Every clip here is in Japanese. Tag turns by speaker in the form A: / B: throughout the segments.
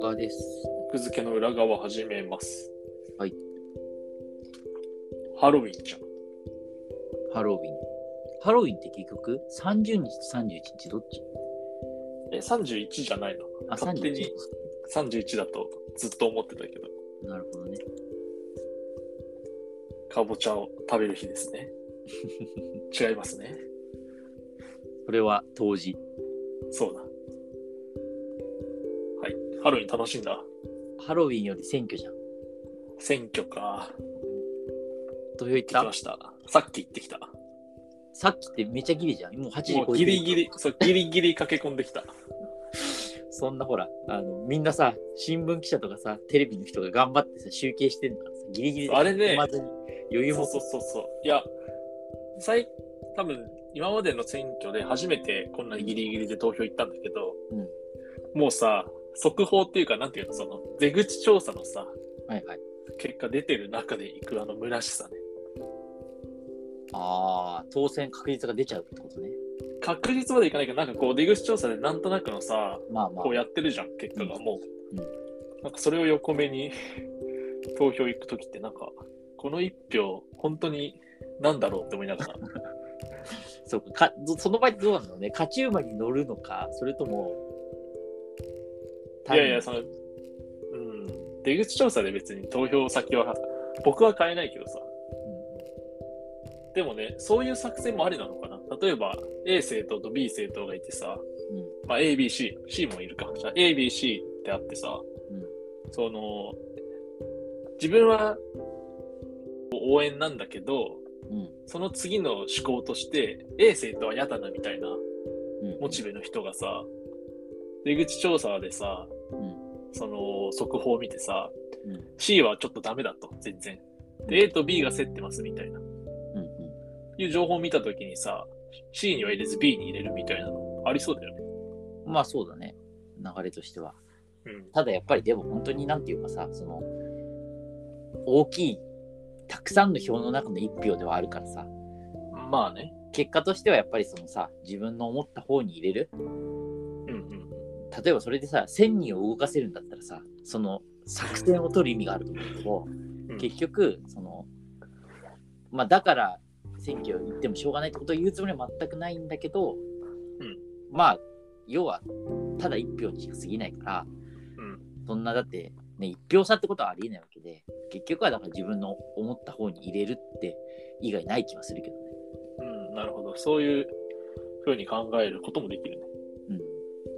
A: 側です。
B: 奥付けの裏側始めます。
A: はい。
B: ハロウィンじゃん。
A: ハロウィン。ハロウィンって結局30日と31日どっち
B: え、31じゃないの
A: あ、
B: 勝手
A: 31
B: に ?31 だとずっと思ってたけど、
A: なるほどね。
B: かぼちゃを食べる日で すね。違いますね。
A: それは当時。
B: そうだ。はい。ハロウィン楽しんだ。
A: ハロウィンより選挙じゃん。
B: 選挙か。
A: 投票行っ
B: 行き
A: た
B: ました。さっき行ってきた。
A: さっきってめちゃギリじゃん。もう8時
B: もう
A: 超えてる
B: ギリギリ、そう、ギリギリ駆け込んできた。
A: そんなほら、あの、みんなさ、新聞記者とかさ、テレビの人が頑張ってさ、集計してんだからさ、ギリギリで
B: あれね
A: 踏まずに余裕
B: そ
A: も
B: うそうそうそう。いや、最多分今までの選挙で初めてこんなにギリギリで投票行ったんだけど、もうさ、速報っていうか、なんていうの、その出口調査のさ、
A: はいはい。
B: 結果出てる中で行くあの虚しさね。
A: ああ、当選確率が出ちゃうってことね。
B: 確実までいかないけど、なんかこう出口調査でなんとなくのさ、
A: まあまあ
B: こう。やってるじゃん、結果がもう。
A: う
B: なんかそれを横目に 投票行くときって、なんか、この一票、本当に何だろうって思いながら。
A: そうかか、その場合どうなのね、勝ち馬に乗るのか、それとも、
B: いやいや、
A: 単
B: その、うん、出口調査で別に投票先は、僕は変えないけどさ。でもね、そういう作戦もありなのかな。例えば、A 政党と B 政党がいてさ、
A: にうん
B: まあ、A、B、C、C もいるか。じゃあ A、B、C ってあってさ、
A: うん
B: その、自分は応援なんだけど、
A: うん
B: その次の思考として、A 政党は嫌だなみたいな
A: うん
B: モチベの人がさ、出口調査でさ、
A: うん
B: その速報を見てさ、
A: うん
B: C はちょっとダメだと、全然。で、A と B が競ってますみたいな。
A: うん
B: いう情報を見たときにさ、C には入れず B に入れるみたいなのありそうだよね。
A: うんまあそうだね流れとしては
B: うん。
A: ただやっぱりでも本当になんていうかさその大きいたくさんの票の中の一票ではあるからさ
B: まあね。
A: 結果としてはやっぱりそのさ自分の思った方に入れる
B: うんうん。
A: 例えばそれでさ1000人を動かせるんだったらさその作戦を取る意味があると思うけど
B: うん
A: 結局そのまあだから選挙行ってもしょうがないってことを言うつもりは全くないんだけど、
B: うん
A: まあ要はただ1票にしか過ぎないから、
B: うん
A: そんなだって、ね、1票差ってことはありえないわけで結局はだから自分の思った方に入れるって以外ない気はするけどね。
B: うん、なるほど。そういうふうに考えることもできるね。
A: うん、っ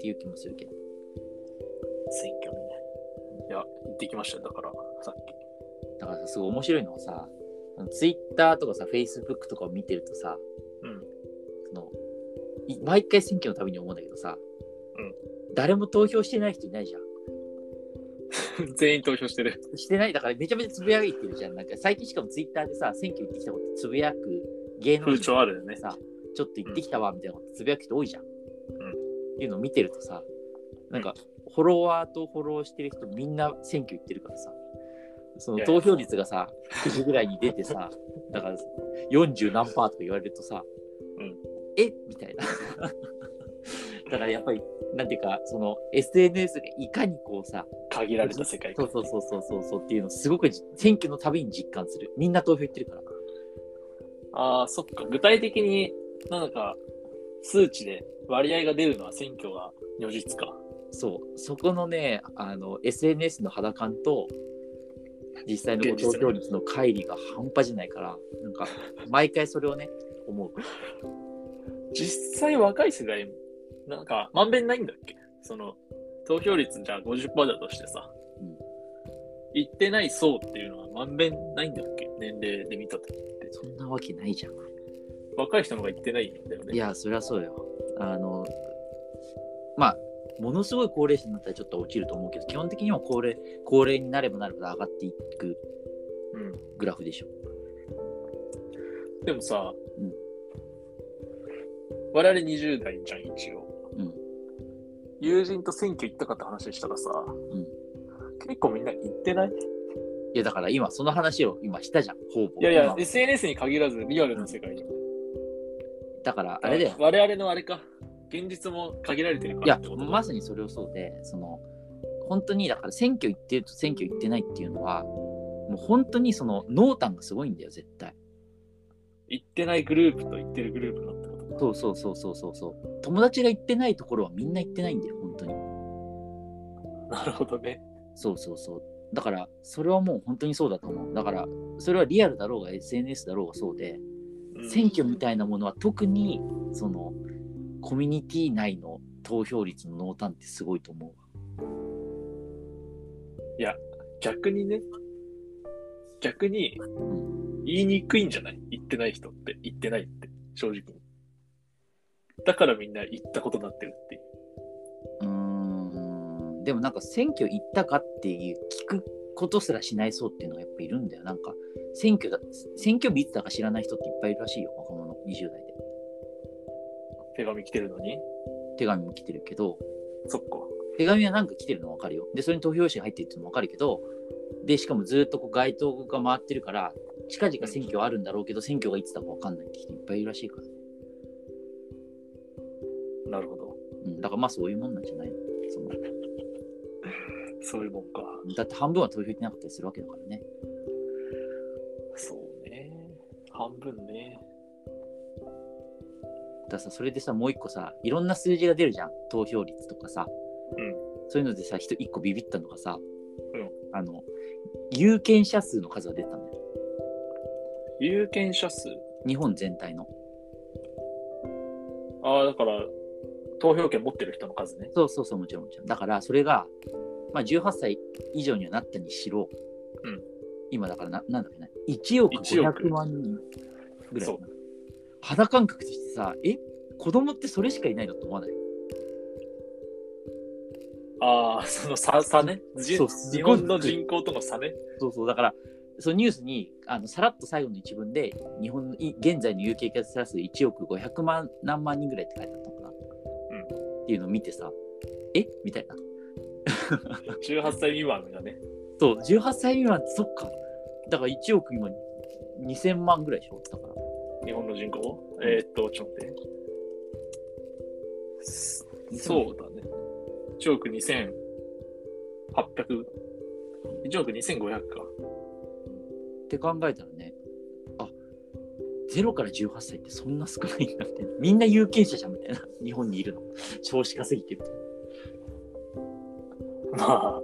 A: ていう気もするけど。
B: 選挙にね。いや、行ってきましたよ。だから、さっき。
A: だからさすごい面白いのはさツイッターとかさフェイスブックとかを見てるとさ
B: うん。
A: そのい毎回選挙のたびに思うんだけどさ、
B: うん
A: 誰も投票してない人いないじゃん。
B: 全員投票してる。
A: してないだからめちゃめちゃつぶやいてるじゃん。なんか最近しかもツイッターでさ、選挙行ってきたことつぶやく芸能
B: 風
A: 人
B: 潮あるよね。
A: さ、ちょっと行ってきたわみたいなことつぶやく人多いじゃん。っていうのを見てるとさ、なんかフォロワーとフォローしてる人みんな選挙行ってるからさ、そ
B: い
A: の
B: やい
A: 投
B: や
A: 票率がさ、9時ぐらいに出て さ、だから40何パーとか言われるとさ、
B: うん
A: えみたいな。 だからやっぱり、なんていうか、その SNS がいかにこうさ、
B: 限られた世界
A: そうそうそうそうそうそうっていうのすごくじ選挙のたびに実感するみんな投票行ってるから
B: ああ、そっか。具体的になんか、数値で割合が出るのは選挙が如実か。
A: そうそこのねあの SNS の肌感と実際のこう
B: 現実
A: 投
B: ね
A: 票率の乖離が半端じゃないからなんか毎回それをね思う
B: 実際若い世代、なんか、まんべんないんだっけその、投票率じゃあ50%だとしてさ、
A: うん
B: 行ってない層っていうのはまんべんないんだっけ年齢で見たときって。
A: そんなわけないじゃん
B: 若い人の方が行ってないんだよね。
A: いやそりゃそうよあのまあものすごい高齢者になったらちょっと落ちると思うけど基本的には高齢高齢になればなるほど上がっていく
B: うん。
A: グラフでしょ
B: でもさ、
A: うん
B: 我々20代じゃん、一応。
A: うん
B: 友人と選挙行ったかって話したらさ、
A: ん
B: 結構みんな行ってない
A: いやだから今その話を今したじゃんほぼ
B: いやいや
A: 今、
B: SNS に限らずリアルな世界に。
A: だからあれだよ
B: 我々のあれか、現実も限られてるか
A: い
B: ら
A: や
B: ってこと
A: まさにそれをそうでその本当にだから選挙行ってると選挙行ってないっていうのはもう本当にその濃淡がすごいんだよ絶対
B: 行ってないグループと行ってるグループのってことか。
A: そうそうそうそうそうそう友達が行ってないところはみんな行ってないんだよ本当に
B: なるほどね。
A: そうそうそうだからそれはもう本当にそうだと思うだからそれはリアルだろうが SNS だろうがそうで
B: うん
A: 選挙みたいなものは特にそのコミュニティ内の投票率の濃淡ってすごいと思う
B: 逆にね、逆に言いにくいんじゃない行ってない人って、行ってないって、正直に。だからみんな行ったことになってるっていう。
A: うーんでもなんか選挙行ったかっていう聞くことすらしないそうっていうのがやっぱいるんだよなんか選挙だ選挙日いつだか知らない人っていっぱいいるらしいよ若者20代で
B: 手紙来てるのに。
A: 手紙も来てるけど
B: そっか。
A: 手紙はなんか来てるの分かるよでそれに投票紙が入ってるっていうのも分かるけどでしかもずっとこう街頭が回ってるから近々選挙はあるんだろうけど選挙がいつだか分かんないって人いっぱいいるらしいから、ね
B: なるほど。
A: うん、だからまあそういうもんなんじゃないその
B: そういうもんか。
A: だって半分は投票行ってなかったりするわけだからね
B: そうね。半分ね。
A: だからさそれでさもう一個さいろんな数字が出るじゃん投票率とかさ、
B: うん
A: そういうのでさ人一個ビビったのがさ、
B: うん
A: あの有権者数の数が出たんだよ
B: 有権者数。
A: 日本全体の
B: ああ、だから、投票権持ってる人の数ね。
A: そうそうそうもちろんもちろんだからそれが、まあ、18歳以上にはなったにしろ、
B: うん
A: 今だからななんだっけな1億
B: 1億
A: 500万人ぐらい
B: そう
A: 肌感覚としてさえ子供ってそれしかいないのと思わない
B: ああ、その差差ね。じ
A: そうすごい
B: 日本の人口との差ね。
A: そうそうだからそのニュースにあのさらっと最後の一文で日本のい現在の有形化者数1億500万何万人ぐらいって書いてあったのかな、っていうのを見てさえみたいな
B: 18歳未満がね。
A: そう18歳未満ってそっかだから1億今2000万ぐらいでしょだから
B: 日本の人口、
A: うん
B: えーっと、ちょっと待って。そうだね。1億2800。1億2500か。
A: って考えたらねあ0から18歳ってそんな少ないんだみたいなみんな有権者じゃんみたいな日本にいるの少子化すぎてみたいな
B: まあ。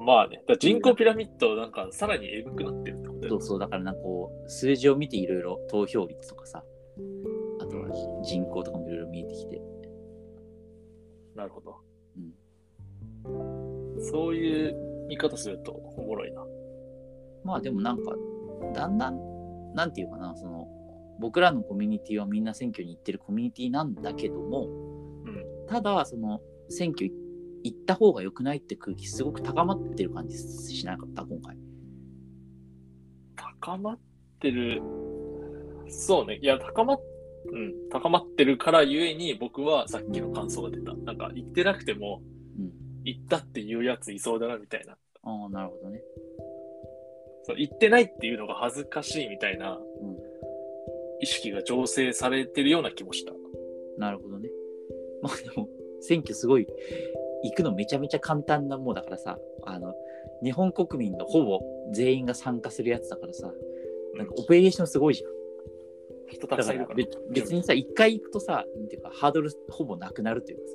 B: まあね。だから人口ピラミッドなんかさらにエグくなってるってことだ
A: そ
B: よ
A: うそうだからなんかこう数字を見ていろいろ投票率とかさあとは人口とかもいろいろ見えてきて
B: なるほど。そういう見方するとおもろいな。
A: まあでもなんかだんだんなんていうかなその僕らのコミュニティはみんな選挙に行ってるコミュニティなんだけども、
B: ん
A: ただその選挙行った方が良くないって空気すごく高まってる感じしなかった今回
B: 高まってる。そうね。いや、高まっ、うん、高まってるからゆえに僕はさっきの感想が出た。なんか言ってなくても、
A: うん
B: 行ったっていうやついそうだなみたいな。
A: ああなるほどね
B: そう行ってないっていうのが恥ずかしいみたいな
A: うん
B: 意識が醸成されてるような気もした。
A: なるほどね。まあでも、選挙すごい、行くのめちゃめちゃ簡単な、もうだからさ、あの、日本国民のほぼ全員が参加するやつだからさ、なんかオペレーションすごいじゃん。
B: 人た
A: だ
B: く
A: か
B: さんい
A: ら
B: るから。
A: 別別にさ、一回行くとさ、なんていうか、ハードルほぼなくなるというかさ、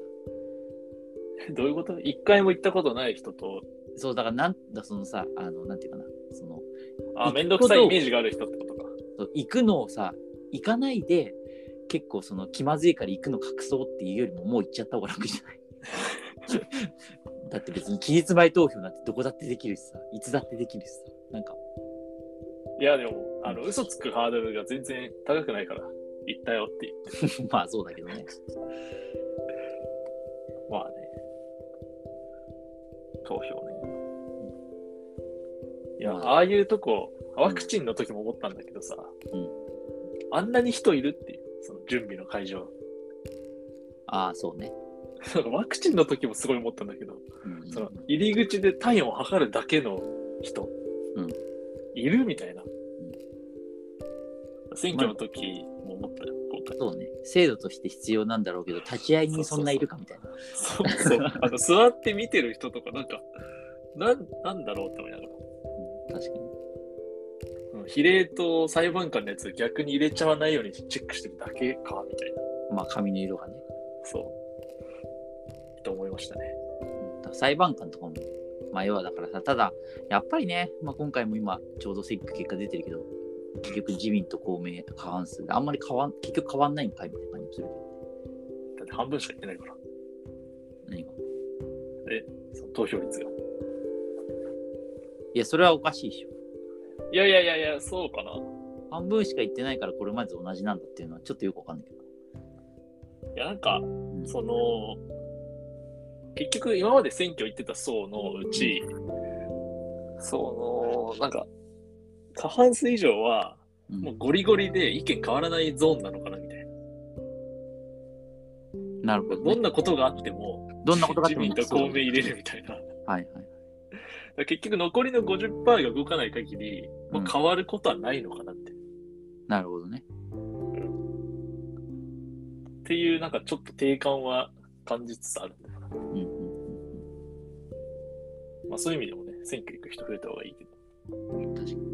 B: どういうこと一回も行ったことない人と、
A: そう、だからなんだ、そのさ、あの、なんていうかな、その、
B: あ、
A: 行く
B: めんどくさい
A: こと
B: イメージがある人ってことか。
A: そう行くのをさ、行かないで、結構その気まずいから行くの隠そうっていうよりももう行っちゃった方が楽じゃない だって別に期日前投票なんてどこだってできるしさいつだってできるしさなんか
B: いや、でも、あの、嘘つくハードルが全然高くないから、行ったよっていう。
A: まあそうだけどね
B: まあね。投票ね。いや、
A: まあ
B: ああいうとこ、ワクチンの時も思ったんだけどさ、
A: うん
B: あんなに人いるっていう、その準備の会場。
A: ああそうね、
B: なんかワクチンの時もすごい思ったんだけど、
A: うん
B: その入り口で体温を測るだけの人、
A: うん
B: いるみたいな。選挙の時も思ったよ。こか。
A: そうね。制度として必要なんだろうけど、立ち会いにそんないるかみたいな。
B: そうそう。あの、座って見てる人とか、なんか、なん、なんだろうって思いながら。
A: うん確かに。
B: うん比例と裁判官のやつ逆に入れちゃわないようにチェックしてるだけか、みたいな。
A: まあ、髪の色がね。
B: そう。と思いましたね。
A: うん裁判官とかも迷わだからさ、ただ、やっぱりね、まあ、今回も今、ちょうど選挙結果出てるけど、結局自民と公明と過半数で、あんまり変わん、結局変わんないんかいみたいな感じもする
B: だって半分しか言ってないから、
A: けど、何が。
B: その投票率が。
A: いや、それはおかしいでしょ。
B: いやいやいやいや、そうかな。い
A: 半分しか言ってないからこれまでと同じなんだっていうのはちょっとよくわかんないけど。
B: や、なんか、
A: うん
B: その、結局今まで選挙行ってた層のうち、その、なんか、過半数以上は、
A: うん
B: もうゴリゴリで意見変わらないゾーンなのかな、みたいな。
A: なるほど、
B: ど
A: ね
B: ん。なことがあっても、
A: どんなことがあって
B: 自
A: もいい
B: 民
A: んだ
B: と公明
A: そう
B: 入れるみたいな。だか
A: はいはい。
B: ら結局残りの50%が動かない限り、ま
A: うん
B: あ、変わることはないのかなって。
A: なるほどね。
B: っていう、なんかちょっと定感は感じつつあるんだよな。
A: うんうん
B: まあそういう意味でもね、選挙行く人増えた方がいいけど。
A: うんうん。確かに。